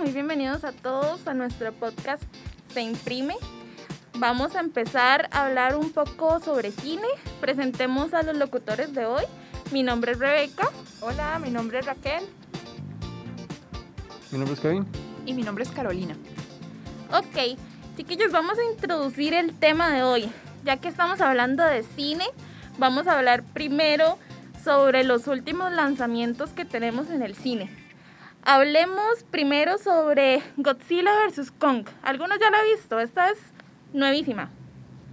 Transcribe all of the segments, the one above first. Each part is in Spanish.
muy bienvenidos a todos a nuestro podcast Se Imprime. Vamos a empezar a hablar un poco sobre cine. Presentemos a los locutores de hoy. Mi nombre es Rebeca. Hola, mi nombre es Raquel. Mi nombre es Kevin. Y mi nombre es Carolina. Ok, chiquillos, vamos a introducir el tema de hoy. Ya que estamos hablando de cine, vamos a hablar primero sobre los últimos lanzamientos que tenemos en el cine. Hablemos primero sobre Godzilla vs. Kong. ¿Algunos ya la han visto? Esta es nuevísima.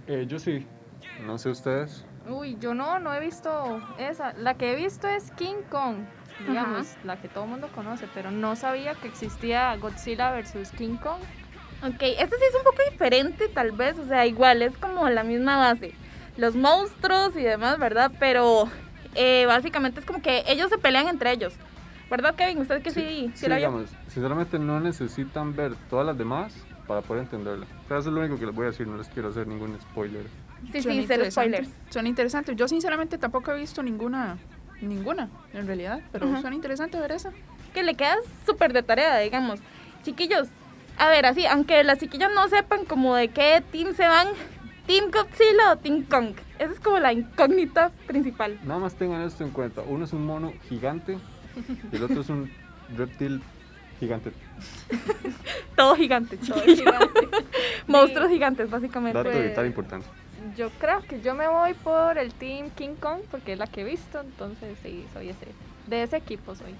Eh, yo sí. No sé ustedes. Uy, yo no, no he visto esa. La que he visto es King Kong, digamos, la que todo el mundo conoce, pero no sabía que existía Godzilla versus King Kong. Ok, esta sí es un poco diferente tal vez, o sea, igual es como la misma base. Los monstruos y demás, ¿verdad? Pero eh, básicamente es como que ellos se pelean entre ellos. ¿Verdad, Kevin? ¿Usted que sí, sí, sí la vio? digamos, sinceramente no necesitan ver todas las demás para poder entenderla. O sea, eso es lo único que les voy a decir, no les quiero hacer ningún spoiler. Sí, Suena sí, cero interesante. spoilers. Suena interesante. Yo sinceramente tampoco he visto ninguna, ninguna en realidad, pero Ajá. suena interesante ver esa. que le queda súper de tarea, digamos. Chiquillos, a ver, así, aunque las chiquillas no sepan como de qué team se van, ¿Team Godzilla o Team Kong? Esa es como la incógnita principal. Nada más tengan esto en cuenta. Uno es un mono gigante y el otro es un reptil gigante. Todo gigante, Todo chiquillos. gigante. Monstruos gigantes, básicamente. Dato Pues- vital importante. Yo creo que yo me voy por el Team King Kong porque es la que he visto, entonces sí, soy ese. De ese equipo soy.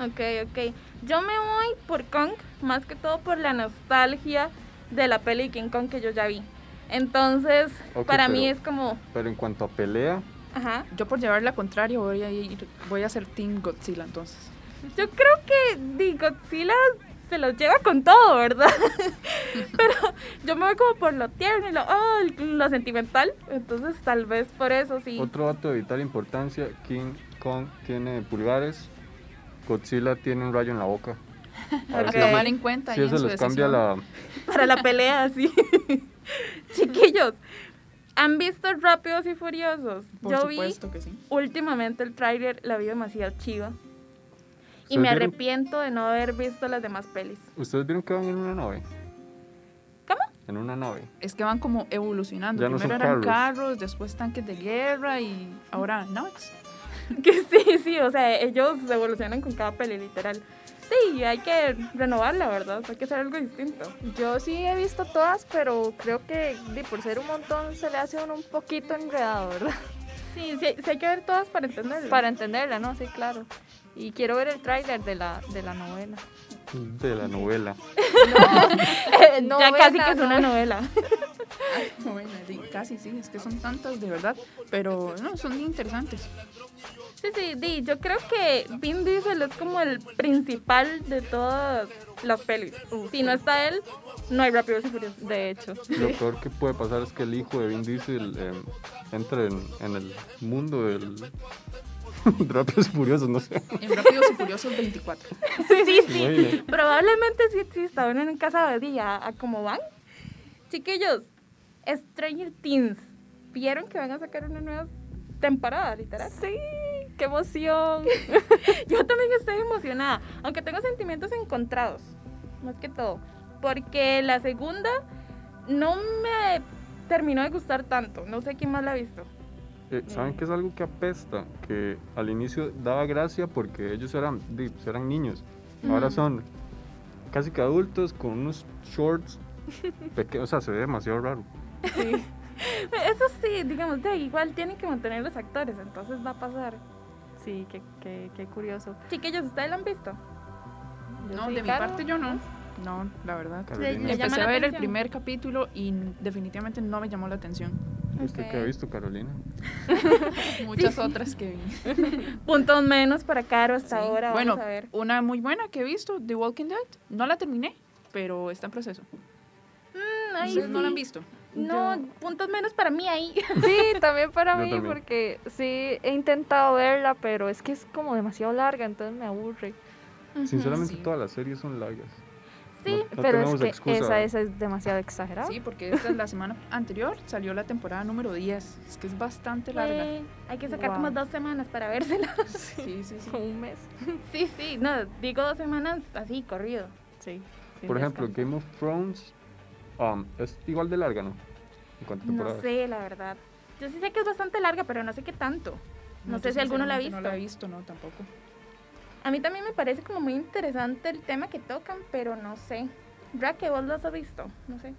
Ok, ok. Yo me voy por Kong, más que todo por la nostalgia de la peli King Kong que yo ya vi. Entonces, Ok, para mí pero- es como, Pero en cuanto a pelea, ajá. Yo por llevar la contraria voy a ir, voy a ser Team Godzilla entonces. Yo creo que di, Godzilla se los lleva con todo, ¿verdad? Pero yo me voy como por lo tierno y lo, oh, lo sentimental. Entonces tal vez por eso sí. otro dato de vital importancia, King Kong tiene pulgares, Godzilla tiene un rayo en la boca. A ver Ok. si- Tomar en cuenta Si ahí eso en su les cambia decisión. la... Para la pelea, sí. Chiquillos, ¿han visto Rápidos y Furiosos? Por yo supuesto que sí. vi últimamente el tráiler, la vi demasiado chiva. Y ¿Ustedes me vieron- arrepiento de no haber visto las demás pelis. ¿Ustedes vieron que van en una nave? ¿Cómo? En una nave. Es que van como evolucionando. Ya no Primero son eran carros. carros. después tanques de guerra y ahora naves. Que sí, sí, o sea, ellos evolucionan con cada peli, literal. Sí, hay que renovarla, ¿verdad? Hay que hacer algo distinto. Yo sí he visto todas, pero creo que de por ser un montón se le hace uno un poquito enredado, ¿verdad? Sí, sí, sí hay que ver todas para entenderla. Para entenderla, ¿no? Sí, claro. Y quiero ver el tráiler de la, de la novela. Mm. De la novela. ya novela, casi que es una novela. Bueno, sí, casi sí, es que son tantas de verdad, pero no, son interesantes. Sí, sí, di, yo creo que Vin Diesel es como el principal de todas las pelis. Si no está él, no hay Rápidos y Furiosos. De hecho. Lo peor que puede pasar es que el hijo de Vin Diesel eh, entre en, en el mundo del rápidos y furiosos, no sé. En Rápidos y Furiosos 24. Sí, sí, sí. Bueno. Probablemente sí exista uno en casa de día a cómo van. Chiquillos, Stranger Things. ¿Vieron que van a sacar una nueva temporada, literal? Sí, qué emoción. Yo también estoy emocionada, aunque tengo sentimientos encontrados, más que todo, porque la segunda no me terminó de gustar tanto, no sé quién más la ha visto. Eh, ¿Saben qué es algo que apesta? Que al inicio daba gracia porque ellos eran, di, pues, eran niños. Ahora Ujú. son casi que adultos con unos shorts pequeños. O sea, se ve demasiado raro. Eso sí, digamos, de igual tienen que mantener los actores, entonces va a pasar. Sí, qué, qué, qué curioso. Chiquillos, ¿ustedes la han visto? Yo No, sí, de mi Caro. parte yo no. No, la verdad. Carolina, Este, Me llama Empecé la a ver el atención. primer capítulo y definitivamente no me llamó la atención. ¿usted qué ha Ok. este visto, Carolina? Muchas otras que vi. Puntos menos para Caro hasta Sí. ahora, bueno, vamos a ver. una muy buena que he visto, The Walking Dead. No la terminé, pero está en proceso. Mm, ahí ¿Ustedes no sí. la han visto? No, Yo- puntos menos para mí ahí. Sí, también para Yo mí, también. porque sí he intentado verla, pero es que es como demasiado larga, entonces me aburre. Sinceramente, sí. todas las series son largas. Sí, No pero es tenemos que excusa. esa, esa es demasiado exagerada. Sí, porque esta es la semana anterior salió la temporada número 10. Es que es bastante larga. eh, hay que sacar Wow. como dos semanas para vérsela. Sí, sí, sí. Un mes. Sí, sí, no, digo dos semanas así, corrido. Sí. sin Por ejemplo, descanso. Game of Thrones um, es igual de larga, ¿no? ¿En cuántas No temporadas? sé, la verdad. Yo sí sé que es bastante larga, pero no sé qué tanto. No, sé yo si alguno la ha visto. sinceramente No la he visto, no, tampoco. A mí también me parece como muy interesante el tema que tocan, pero no sé. Raquel, vos los has visto, no sé.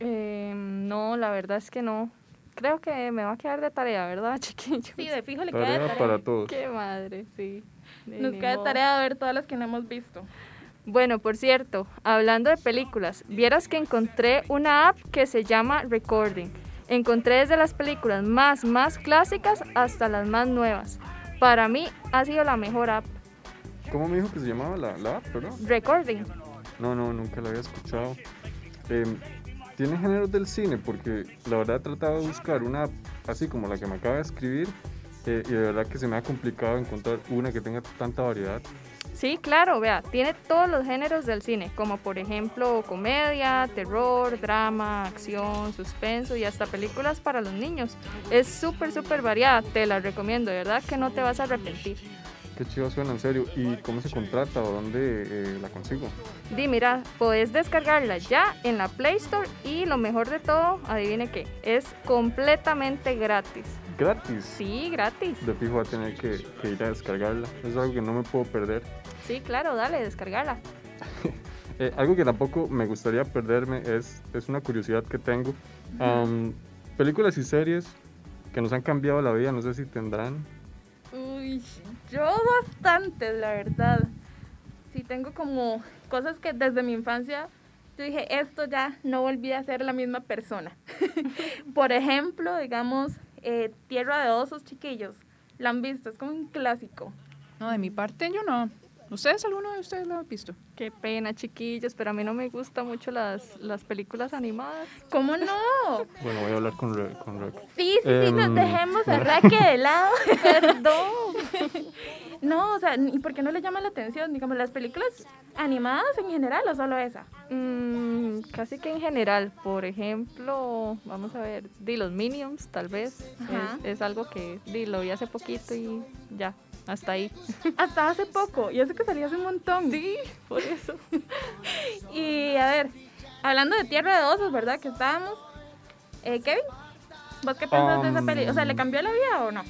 Eh, no, la verdad es que no. Creo que me va a quedar de tarea, ¿verdad, chiquillos? Sí, de fijo le queda de Tarea tarea. para todos. Qué madre, sí. Ni- Nos ni queda de modo. tarea ver todas las que no hemos visto. Bueno, por cierto, hablando de películas, vieras que encontré una app que se llama Recording. Encontré desde las películas más, más clásicas hasta las más nuevas. Para mí ha sido la mejor app, ¿Cómo me dijo que se llamaba la, la app, verdad? Recording. No, no, nunca la había escuchado. Em, Tiene géneros del cine, porque la verdad he tratado de buscar una así como la que me acaba de escribir, eh, y de verdad que se me ha complicado encontrar una que tenga tanta variedad. Sí, claro, vea, tiene todos los géneros del cine, como por ejemplo comedia, terror, drama, acción, suspenso y hasta películas para los niños. Es súper, súper variada, te la recomiendo, de verdad que no te vas a arrepentir. Qué chido suena, en serio. ¿Y cómo se contrata o dónde eh, la consigo? Di, mira, podés descargarla ya en la Play Store y lo mejor de todo, adivine qué, es completamente gratis. Gratis. Sí, gratis. De fijo va a tener que, que ir a descargarla. Es algo que no me puedo perder. Sí, claro, dale, descargarla. Eh, algo que tampoco me gustaría perderme es, es una curiosidad que tengo. Am, películas y series que nos han cambiado la vida, no sé si tendrán. Uy, yo bastantes, la verdad. Sí, tengo como cosas que desde mi infancia yo dije, esto ya no volví a ser la misma persona. Por ejemplo, digamos, eh, Tierra de Osos, chiquillos. La han visto, es como un clásico. No, de mi parte yo no. ¿Ustedes, alguno de ustedes la han visto? Qué pena, chiquillos, pero a mí no me gustan mucho las, las películas animadas. ¿Cómo no? Bueno, voy a hablar con, Re- con Rebeca. Sí, sí, sí, nos Em, dejemos a Raque de lado. Perdón. No, o sea, ¿y por qué no le llama la atención? Digamos, las películas animadas en general o solo esa. Mm, casi que en general, por ejemplo, vamos a ver, di los Minions, tal vez. Ajá. Es, es algo que di, lo vi hace poquito y ya, hasta ahí. Hasta hace poco, y eso que salía hace un montón. Sí, Por eso. Y a ver, hablando de Tierra de Osos, ¿verdad? Que estábamos. Eh, Kevin, ¿vos qué pensás de esa Um, peli? O sea, ¿le cambió la vida o no?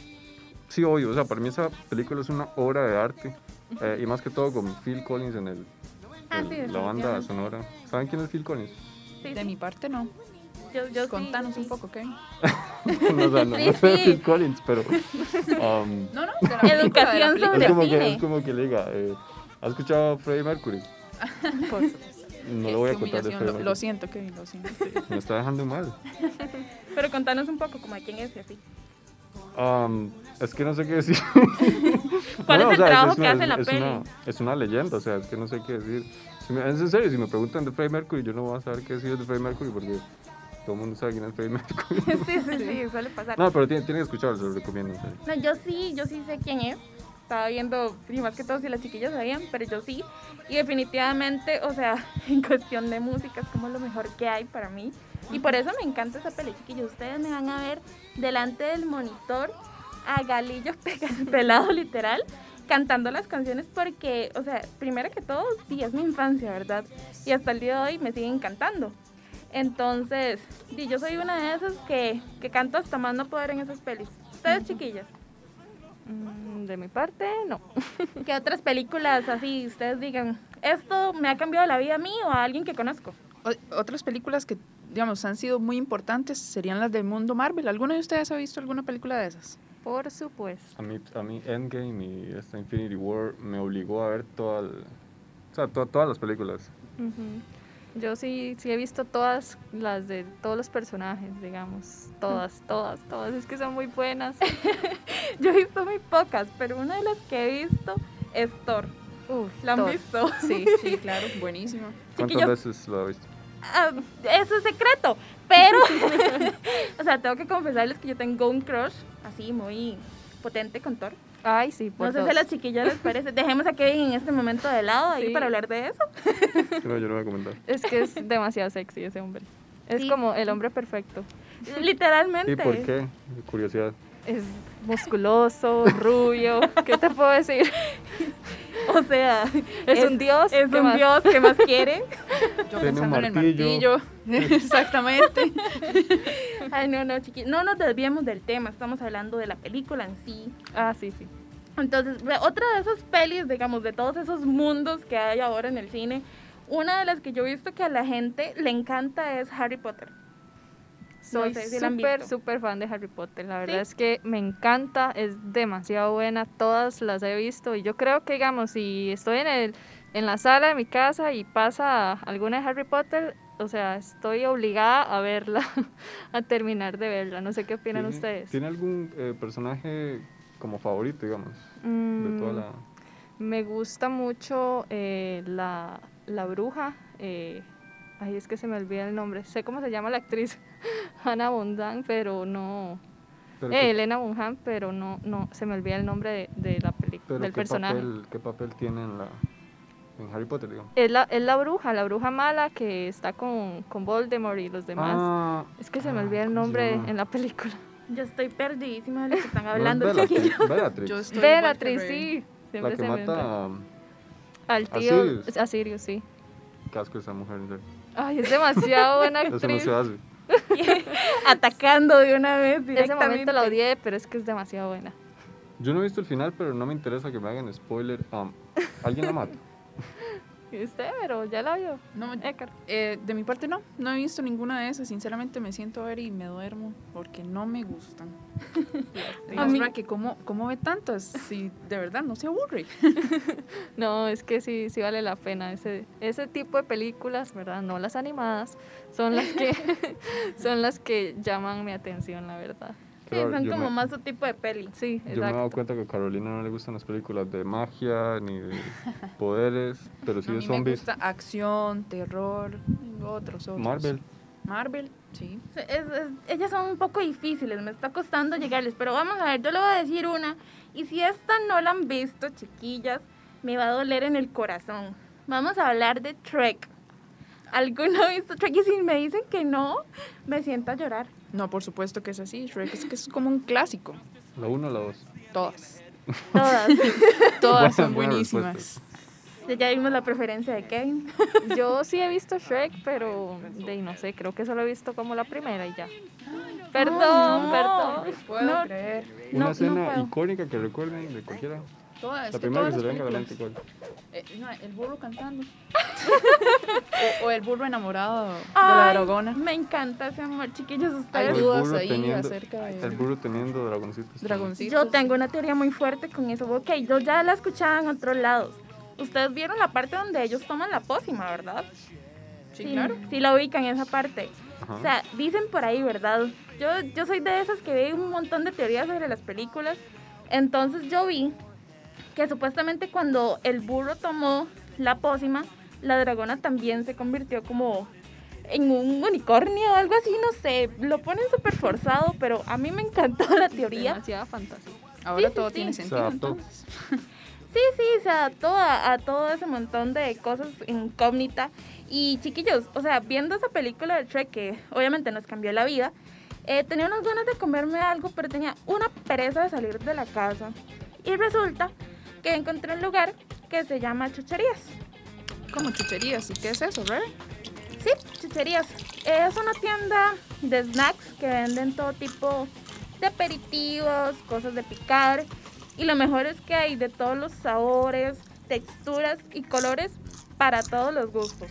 Sí, obvio, o sea, para mí esa película es una obra de arte. eh, y más que todo con Phil Collins en el, Ah, el- sí, la banda definitivamente. sonora. ¿Saben quién es Phil Collins? Sí, De sí. mi parte no. Yo, yo sí, Contanos sí. un poco, ¿qué? no, o sea, no, Sí, no sé de sí. Phil Collins, pero... um, No, no, de la película, de la Educación película. sobre es, como que, cine. es como que le diga, eh, ¿has escuchado a Freddie Mercury? Por- No lo voy a Qué contar de humillación, Freddie lo, lo Mercury. siento, Kevin, lo siento. Me está dejando mal. Pero contanos un poco, como de quién es y así. Um, es que no sé qué decir. ¿Cuál es el trabajo es que una- hace la es peli? Una, es una leyenda, o sea, es que no sé qué decir. Si me- es en serio, si me preguntan de Freddie Mercury, yo no voy a saber qué decir de Freddie Mercury porque todo el mundo sabe quién es Freddie Mercury. sí, sí, sí, suele pasar. no, pero tiene, tiene que escucharlo, se lo recomiendo. en serio. No, yo sí, yo sí sé quién es. Estaba viendo, y más que todo si las chiquillas sabían, pero yo sí. Y definitivamente, o sea, en cuestión de música es como lo mejor que hay para mí. Y por eso me encanta esa peli, chiquillos. Ustedes me van a ver delante del monitor a Galillo pega- pelado literal cantando las canciones porque, o sea, primero que todo, sí, es mi infancia, ¿verdad? Y hasta el día de hoy me siguen cantando. Entonces, sí, yo soy una de esas que, que canto hasta más no poder en esas pelis. Ustedes, chiquillas, Mm, De mi parte, no. ¿qué otras películas así ustedes digan, esto me ha cambiado la vida a mí o a alguien que conozco? O- otras películas que, digamos, han sido muy importantes serían las del mundo Marvel. ¿Alguno de ustedes ha visto alguna película de esas? Por supuesto. A mí, a mí Endgame y esta Infinity War me obligó a ver toda el- o sea, to- todas las películas. Ujú. Yo sí, sí he visto todas las de todos los personajes, digamos. Todas, todas, todas. Es que son muy buenas. Yo he visto muy pocas, pero una de las que he visto es Thor. Uf, ¿La han todas. visto? Sí, sí, claro, buenísimo. ¿Cuántas Chiquillos. veces lo has visto? Ah, eso es secreto, pero, o sea, tengo que confesarles que yo tengo un crush así muy potente con Thor. Ay, sí, por No sé si dos. a las chiquillas les parece. Dejemos a Kevin en este momento de lado ahí Sí. para hablar de eso. No, yo no voy a comentar. Es que es demasiado sexy ese hombre. Es Sí. como el hombre perfecto. Literalmente. ¿Y por qué? Curiosidad. Es musculoso, rubio. ¿Qué te puedo decir? O sea, Es un dios, Es ¿qué un más? dios que más quiere. Tiene Yo un pensando en el martillo. martillo. Exactamente. Ay, no, no, chiqui. No nos desviemos del tema. Estamos hablando de la película en sí. Ah, sí, sí. Entonces, ve- otra de esas pelis, digamos, de todos esos mundos que hay ahora en el cine, una de las que yo he visto que a la gente le encanta es Harry Potter. Soy sé si la han súper, visto. súper fan de Harry Potter. La verdad Sí. es que me encanta, es demasiado buena. Todas las he visto. Y yo creo que, digamos, si estoy en, el, en la sala de mi casa y pasa alguna de Harry Potter, o sea, estoy obligada a verla, a terminar de verla. No sé qué opinan ¿Tiene- ustedes. ¿Tiene algún eh, personaje como favorito, digamos? De toda Mm, la... Me gusta mucho eh, la, la bruja. eh, ay, es que se me olvida el nombre. Sé cómo se llama la actriz. Hannah Bondan, pero no. Pero Eh, qué- Elena Bonham, pero no, no, se me olvida el nombre de, de la película, pero del qué personaje. Papel, ¿Qué papel tiene en, la, en Harry Potter, digamos? Es la, es la bruja, la bruja mala que está con, con Voldemort y los demás. Ah, es que se me ah, olvida el ¿cómo se nombre llama? en la película. Yo estoy perdidísima de lo que están ¿No es hablando, Bellatrix? chiquillos. Bellatrix, Yo estoy igual que Bellatrix, Rey. sí. la Siempre que se me olvida. mata Al a tío Sirius. a Sirius, sí. Qué asco esa mujer, en serio. Ay, es demasiado buena Eso no actriz. se hace. Atacando de una vez En ese momento directamente. la odié, pero es que es demasiado buena. Yo no he visto el final, pero no me interesa que me hagan spoiler. Am, ¿Alguien la mata? ¿Y usted, pero ya la vio. No, Écar. eh, de mi parte no, no he visto ninguna de esas. Sinceramente me siento a ver y me duermo porque no me gustan. A A mí- mí que cómo, cómo ve tantas si de verdad no se aburre. No, es que sí, sí vale la pena. Ese, ese tipo de películas, ¿verdad? No las animadas, son las que, son las que llaman mi atención, la verdad. Sí, Claro, son yo como me- más su tipo de peli. Sí, Yo me he dado exacto. cuenta que a Carolina no le gustan las películas de magia ni de poderes, pero sí a de mí me zombies. gusta acción, terror, otros, otros. Marvel. Marvel, sí. Es- es- ellas son un poco difíciles, me está costando llegarles, pero vamos a ver, yo le voy a decir una. Y si esta no la han visto, chiquillas, me va a doler en el corazón. Vamos a hablar de Trek. ¿Alguno ha visto Trek? Y si me dicen que no, me siento a llorar. No, por supuesto que es así. Shrek es que es como un clásico. La 1 o la 2. Todas. Todas. Todas Buena- son buena buenísimas. ya vimos la preferencia de Kevin. Yo sí he visto Shrek, pero de ahí no sé, creo que solo he visto como la primera y ya. Perdón, no. perdón. Puedo No. creer. No, Una no escena puedo. icónica que recuerden de cualquiera. Todas, es la que primera que todas se le las venga adelante. películas. ¿cuál? Eh, no, el burro cantando. o, o el burro enamorado de la Ay, dragona. Me encanta ese amor, chiquillos, Hay ustedes. Ay, el dudas burro ahí teniendo- acerca Eh, El de burro teniendo dragoncitos. dragoncitos. Yo tengo una teoría muy fuerte con eso. Ok, yo ya la escuchaba en otros lados. Ustedes vieron la parte donde ellos toman la pócima, ¿verdad? Sí, claro. Sí, la ubican esa parte. Ajá. O sea, dicen por ahí, ¿verdad? Yo, yo soy de esas que ve un montón de teorías sobre las películas. Entonces yo vi que supuestamente cuando el burro tomó la pócima, la dragona también se convirtió como en un unicornio o algo así, no sé. Lo ponen súper forzado, pero a mí me encantó la teoría. Demasiada fantasía. Ahora sí, todo sí. tiene Se sentido. adaptó. entonces. Sí, sí, se adaptó a, a todo ese montón de cosas incógnita. Y chiquillos, o sea, viendo esa película de Trek, que obviamente nos cambió la vida, eh, tenía unas ganas de comerme algo, pero tenía una pereza de salir de la casa. Y resulta que encontré un lugar que se llama Chucherías. Como chucherías. ¿Y qué es eso, Rebe? Sí, chucherías. Eh, Es una tienda de snacks que venden todo tipo de aperitivos, cosas de picar. Y lo mejor es que hay de todos los sabores, texturas y colores para todos los gustos.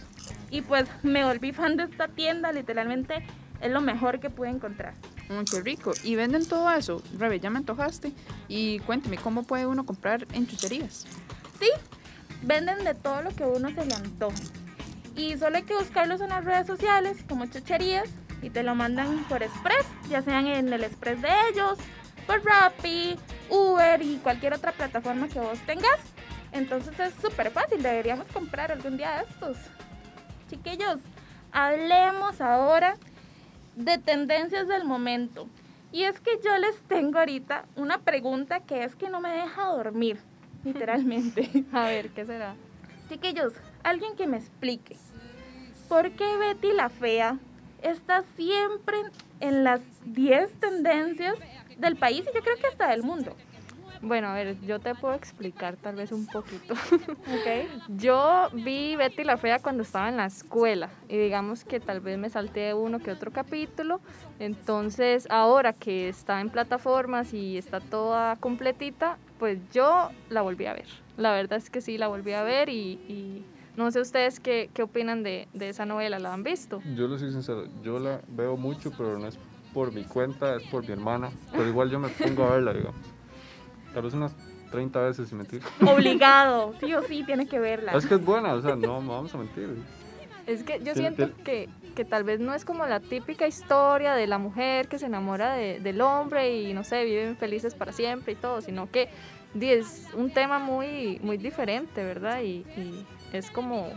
Y pues me volví fan de esta tienda, literalmente es lo mejor que pude encontrar. Mm, qué rico. Y venden todo eso. Rebe, ya me antojaste. Y cuénteme, ¿cómo puede uno comprar en chucherías? Venden de todo lo que uno se le antoje. Y solo hay que buscarlos en las redes sociales como chucherías y te lo mandan por express, ya sean en el express de ellos, por Rappi, Uber y cualquier otra plataforma que vos tengas. Entonces es súper fácil, deberíamos comprar algún día de estos. Chiquillos, hablemos ahora de tendencias del momento. Y es que yo les tengo ahorita una pregunta que es que no me deja dormir, literalmente. A ver, ¿qué será? Chiquillos, alguien que me explique. ¿Por qué Betty la Fea está siempre en las 10 tendencias del país y yo creo que hasta del mundo? Bueno, a ver, yo te puedo explicar tal vez un poquito. Ok. Yo vi Betty la Fea cuando estaba en la escuela y digamos que tal vez me salté uno que otro capítulo. Entonces, ahora que está en plataformas y está toda completita, pues yo la volví a ver. La verdad es que sí, la volví a ver y, y no sé ustedes qué, qué opinan de, de esa novela, ¿la han visto? Yo lo soy sincero, yo la veo mucho, pero no es por mi cuenta, es por mi hermana. Pero igual yo me pongo a verla, digamos. Tal vez unas 30 veces, sin mentir. Obligado, sí o sí, tiene que verla. Es que es buena, o sea, no no vamos a mentir. Es que yo Te- siento te- que, que tal vez no es como la típica historia de la mujer que se enamora de- del hombre y no sé, viven felices para siempre y todo, sino que di, es un tema muy, muy diferente, ¿verdad? Y, y es como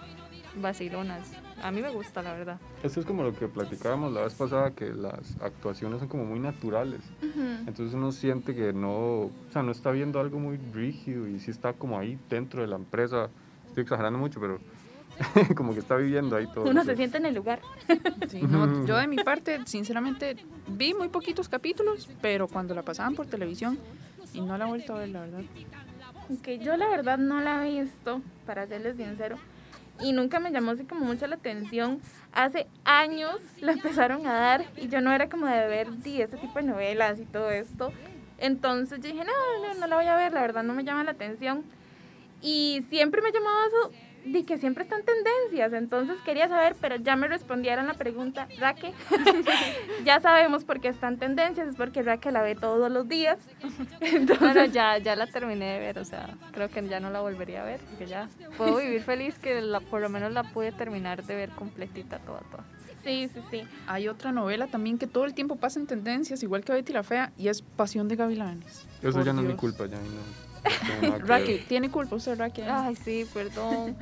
vacilonas. A mí me gusta, la verdad. Esto es como lo que platicábamos la vez pasada, que las actuaciones son como muy naturales. Ujú. Entonces uno siente que no, o sea, no está viendo algo muy rígido y sí está como ahí dentro de la empresa. Estoy exagerando mucho, pero como que está viviendo ahí todo. Uno se Sí. siente en el lugar. Sí, no, yo de mi parte, sinceramente, vi muy poquitos capítulos, pero cuando la pasaban por televisión y no la he vuelto a ver, la verdad. Aunque yo la verdad no la he visto, para serles sincero. Y nunca me llamó así como mucho la atención. Hace años la empezaron a dar y yo no era como de ver di, este tipo de novelas y todo esto. Entonces yo dije, no, no, no la voy a ver, la verdad no me llama la atención. Y siempre me llamaba eso de que siempre están tendencias. Entonces quería saber, pero ya me respondieron la pregunta, Raque. ya sabemos por qué están tendencias, es porque Raque la ve todos los días. Entonces, Bueno, ya, ya la terminé de ver, o sea, creo que ya no la volvería a ver, porque ya puedo vivir feliz que la, por lo menos la pude terminar de ver completita toda, toda. sí, sí, sí. Hay otra novela también que todo el tiempo pasa en tendencias, igual que Betty la Fea, y es Pasión de Gavilanes. Eso Por ya no es mi Dios. culpa, ya no. no tengo nada que ver. Raquel, tiene culpa usted, Raquel. Ah, Ay, sí, perdón.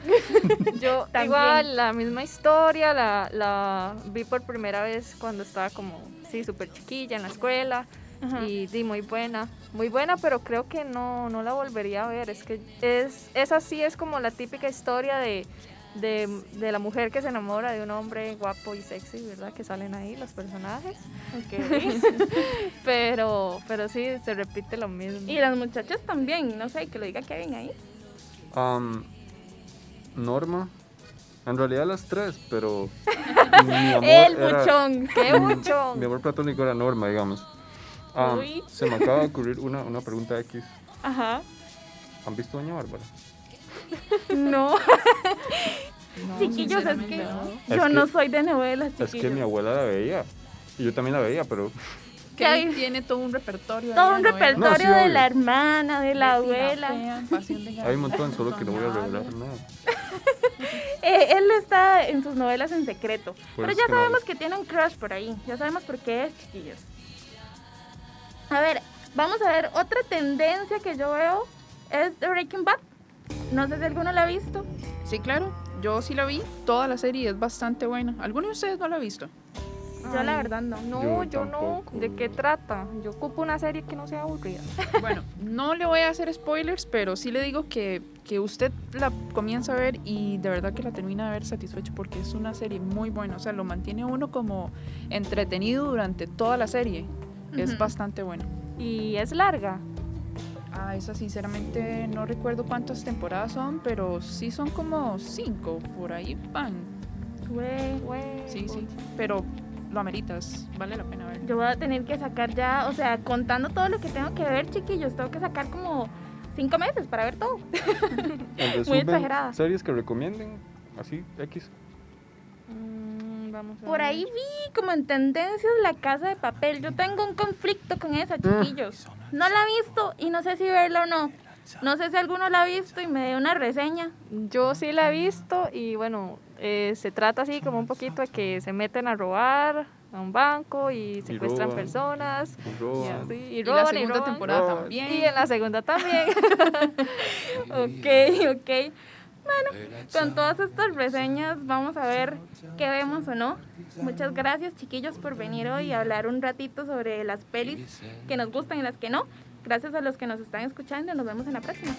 Yo También. igual, la misma historia, la, la vi por primera vez cuando estaba como, sí, súper chiquilla en la escuela. Ajá. Y di muy buena, muy buena, pero creo que no, no la volvería a ver. Es que es, esa sí es como la típica historia de, de, de la mujer que se enamora de un hombre guapo y sexy, ¿verdad? Que salen ahí los personajes. Pero, pero sí, se repite lo mismo. Y las muchachas también, no sé, que lo diga Kevin ahí. Am, Norma. En realidad las tres, pero mi amor El era- buchón. ¡Qué Mm, mucho! Mi amor platónico era Norma, digamos. Am, Uy. se me acaba de ocurrir una, una pregunta X. Ajá. ¿Han visto Doña Bárbara? No, No, chiquillos, es sinceramente, que no. yo Es no que- soy de novelas, chiquillos. Es que mi abuela la veía. Y yo también la veía, pero Kevin tiene todo un repertorio. ahí Todo de un novelas. repertorio No, sí, de obvio. la hermana, de la Betty abuela. Fea, Pasión de hay un montón, solo que no voy a Gavilanes. revelar nada. Eh, él está en sus novelas en secreto. Pero eso ya Pues que no sabemos hablo. que tiene un crush por ahí. Ya sabemos por qué es, chiquillos. A ver, vamos a ver otra tendencia que yo veo es The Breaking Bad. No sé si alguno la ha visto. Sí, claro. Yo sí la vi. Toda la serie es bastante buena. ¿Alguno de ustedes no la ha visto? Yo la Ay, verdad no. Yo No, yo, no. tampoco. ¿De qué trata? Yo ocupo una serie que no sea aburrida. Bueno, no le voy a hacer spoilers, pero sí le digo que, que usted la comienza a ver y de verdad que la termina de ver satisfecho porque es una serie muy buena. O sea, lo mantiene uno como entretenido durante toda la serie. Es Ujú. bastante bueno. Y es larga. Ah, esa sinceramente no recuerdo cuántas temporadas son, pero sí son como cinco, por ahí van. Güey. Güey, Sí, sí. pucha. Pero lo ameritas, vale la pena ver. Yo voy a tener que sacar ya, o sea, contando todo lo que tengo que ver, chiquillos, tengo que sacar como cinco meses para ver todo. En resumen, exagerada. Series que recomienden, así, X. Mm, vamos a Por ver. ahí vi como en tendencias la casa de papel. Yo tengo un conflicto con esa, chiquillos. No la he visto y no sé si verla o no. No sé si alguno la ha visto y me dé una reseña. Yo sí la he visto y bueno, eh, se trata así como un poquito de que se meten a robar a un banco y secuestran roban. personas. Y, Roban. así, y Y roban la y segunda roban. temporada Roban. también. Y en la segunda también. Ok, ok. Bueno, con todas estas reseñas vamos a ver qué vemos o no. Muchas gracias chiquillos por venir hoy y hablar un ratito sobre las pelis que nos gustan y las que no. Gracias a los que nos están escuchando. Nos vemos en la próxima.